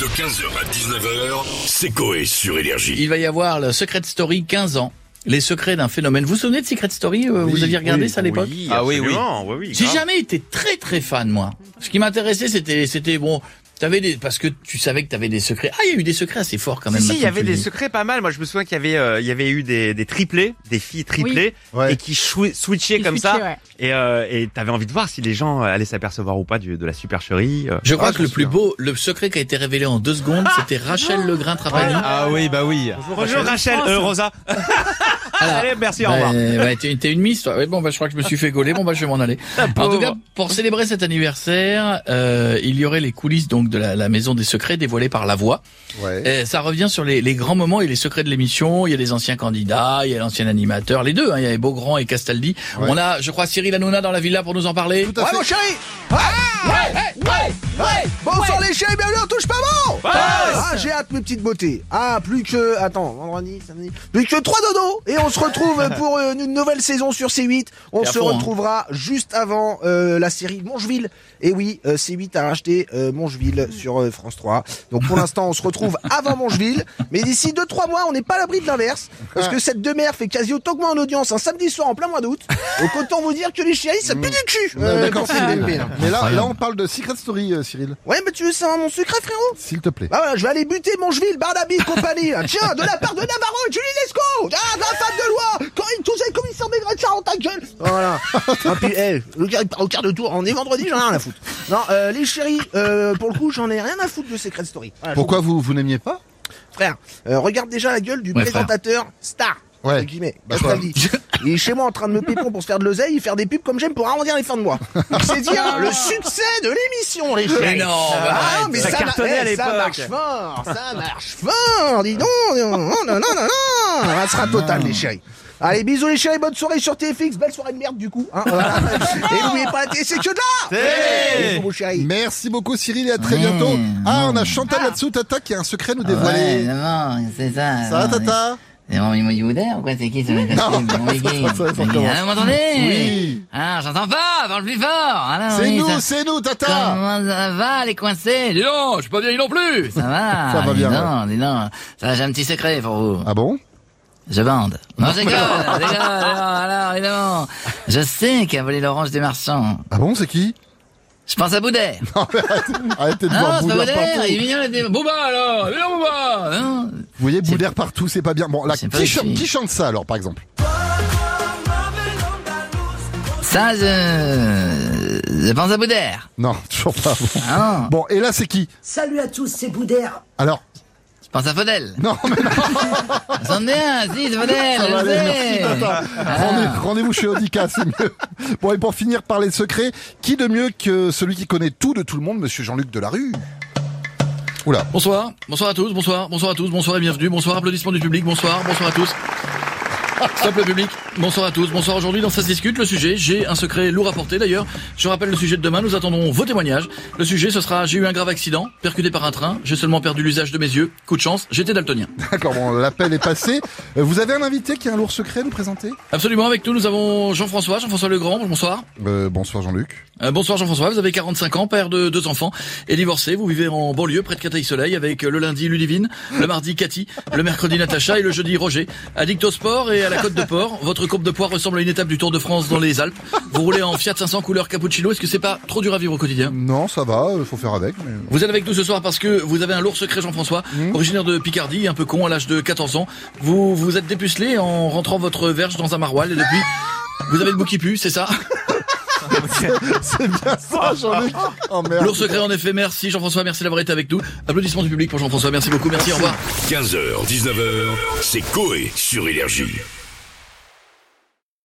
De 15h à 19h, c'est Coé sur Énergie. Il va y avoir le Secret Story 15 ans. Les secrets d'un phénomène. Vous vous souvenez de Secret Story euh, Vous aviez regardé ça à l'époque Oui, Ah oui, oui. absolument, oui, oui. J'ai grave. jamais été très très fan moi. Ce qui m'intéressait c'était c'était bon, t'avais des parce que tu savais que t'avais des secrets. Ah, il y a eu des secrets assez forts quand même. Si, si, il y maintenant que avait tu le des dis. secrets pas mal. Moi, je me souviens qu'il y avait, euh, il y avait eu des, des triplés, des filles triplées, Ouais. et qui chou- switchaient Qui comme ça. switchaient, ouais. Et euh, et t'avais envie de voir si les gens euh, allaient s'apercevoir ou pas du, de la supercherie. euh. Je crois Ah, que je le me plus souviens. beau, le secret qui a été révélé en deux secondes, Ah, c'était Rachel Legrain Trapani. Ah oui, bah oui. Ah. Bonjour Rachel, euh, Rosa. Allez, merci, Bah, au revoir. Ouais, ouais, bah, t'es, t'es une mise, toi. Ouais, bon, bah, je crois que je me suis fait gauler. Bon, bah, je vais m'en aller. En tout cas, pour célébrer cet anniversaire, euh, il y aurait les coulisses donc de la, la maison des secrets dévoilée par la voix. Ouais. Euh, ça revient sur les, les grands moments et les secrets de l'émission. Il y a les anciens candidats, il y a l'ancien animateur, les deux. hein. il y avait Beaugrand et Castaldi. Ouais. On a, je crois, Cyril Hanouna dans la villa pour nous en parler. Tout à fait. Ah! Ouais, mon ch- chéri Bonsoir les chéris, bienvenue, on touche pas bon Ah, j'ai hâte, mes petites beautés. Ah, plus que... Attends, vendredi, samedi... Plus que 3 dodos Et on se retrouve pour euh, une nouvelle saison sur C8. On Et à se fond, hein. retrouvera juste avant euh, la série Mongeville. Et oui, euh, C8 a racheté euh, Mongeville sur euh, France 3. Donc pour l'instant, on se retrouve avant Mongeville. Mais d'ici 2-3 mois, on n'est pas à l'abri de l'inverse. Parce que cette demeure fait quasi autant que moi en audience un samedi soir en plein mois d'août. Donc autant vous dire que les chéris, ça pue du cul euh, D'accord, quand c'est Cyril. DMP, là. Mais là, Incroyable. là, on parle de Secret Story, euh, Cyril. Ouais, mais tu veux savoir mon secret, frérot S'il te plaît. Bah voilà, je vais aller buter Mongeville, Barnaby et compagnie. là. Tiens, de la part de Navarro et Julie Lescaut Ah, de la femme de loi Quand il touche un commissaire des ça en ta gueule Voilà. Et puis, eh, le gars, il part au quart de tour. On est vendredi, j'en ai rien à foutre. Non, euh, les chéris, euh, pour le coup, j'en ai rien à foutre de Secret Story. Voilà, je Pourquoi vous, vous n'aimiez pas vous- Frère, euh, regarde déjà la gueule du Ouais, frère. présentateur star. Ouais. entre guillemets, Bah, Castaldi. Il est chez moi en train de me pépon pour se faire de l'oseille et faire des pubs comme j'aime pour arrondir les fins de mois. Donc, C'est dire le succès de l'émission, les chéris. Mais non, bah, Ah, arrête. mais Ça ça, cartonnait ma- à eh, l'époque. Ça marche fort, ça marche fort, dis donc. Non, non, non, non, non. Ça sera total, les chéris. Allez, bisous les chéris, bonne soirée sur TFX, belle soirée de merde du coup. hein. et n'oubliez pas la télé, c'est que de là Bisous, mon chéri. Merci beaucoup, Cyril, et à très bientôt. Ah, on a Chantal là-dessous, Tata, qui a un secret à nous Ouais, dévoiler. non, c'est ça. Ça va, Non, Tata C'est vraiment une Woody ou quoi C'est qui ce mec Non, ça, ça, ça, ça recommence. Vous m'entendez Oui. Ah, j'entends pas, parle plus fort. Ah, non, C'est oui, nous, ça- c'est nous, Tata Comment ça va, les coincés Dis donc, je suis pas bien non plus Ça va Ça va bien, Dis donc, dis donc. Ça, j'ai un petit secret pour vous. Ah bon Je bande. Non, j'ai alors, alors, évidemment. Je sais qui a volé l'orange des marchands. Ah bon, c'est qui Je pense à Boudet. Non, mais arrêtez, arrêtez de Ah voir non, c'est pas Boudère Boudet Il est partout. mignon, il était... Bouba, alors Viens, Bouba Non Vous voyez, C'est- Boudère partout, c'est pas bien. Bon, là, C'est pas qui chante, utile. qui chante ça, alors, par exemple Ça, je... Je pense à Boudère. Non, toujours pas. Bon, Ah non, Bon, et là, c'est qui Salut à tous, c'est Boudère. Alors, je pense à Faudel. non, mais non, J'en ai un, hein, si, c'est Faudel, ça va je aller, sais. merci, Tata. Rendez- Ah. Rendez-vous chez Audica, c'est mieux. Bon, et pour finir par les secrets, qui de mieux que celui qui connaît tout de tout le monde, monsieur Jean-Luc Delarue Oula. Bonsoir, bonsoir à tous, bonsoir, bonsoir à tous, bonsoir et bienvenue, bonsoir, applaudissements du public, bonsoir, bonsoir à tous. Stop le public, bonsoir à tous, bonsoir aujourd'hui dans Ça se discute, le sujet, j'ai un secret lourd à porter d'ailleurs, je rappelle le sujet de demain, nous attendons vos témoignages, le sujet ce sera j'ai eu un grave accident, percuté par un train, j'ai seulement perdu l'usage de mes yeux, coup de chance, j'étais daltonien. D'accord, bon, l'appel est passé. Euh, Vous avez un invité qui a un lourd secret à nous présenter Absolument, avec nous nous avons Jean-François, Jean-François Legrand, bonsoir. euh, Bonsoir Jean-Luc. Euh, bonsoir Jean-François, vous avez 45 ans, père de deux enfants et divorcé. Vous vivez en banlieue près de Cathay-Soleil avec euh, le lundi Ludivine, le mardi Cathy, le mercredi Natacha et le jeudi Roger. Addict au sport et à la côte de port, votre coupe de poids ressemble à une étape du Tour de France dans les Alpes. Vous roulez en Fiat 500 couleur cappuccino, est-ce que c'est pas trop dur à vivre au quotidien Non, ça va, euh, faut faire avec. mais- vous êtes avec nous ce soir parce que vous avez un lourd secret, Jean-François, originaire de Picardie, un peu con à l'âge de 14 ans. Vous vous êtes dépucelé en rentrant votre verge dans un maroilles et depuis, vous avez le bout qui pue, c'est ça C'est bien ça Jean-Luc Oh merde Lourd secret en effet, merci Jean-François, merci d'avoir été avec nous. Applaudissements du public pour Jean-François, merci beaucoup, merci, au revoir. 15h, 19h, c'est Coé sur Énergie.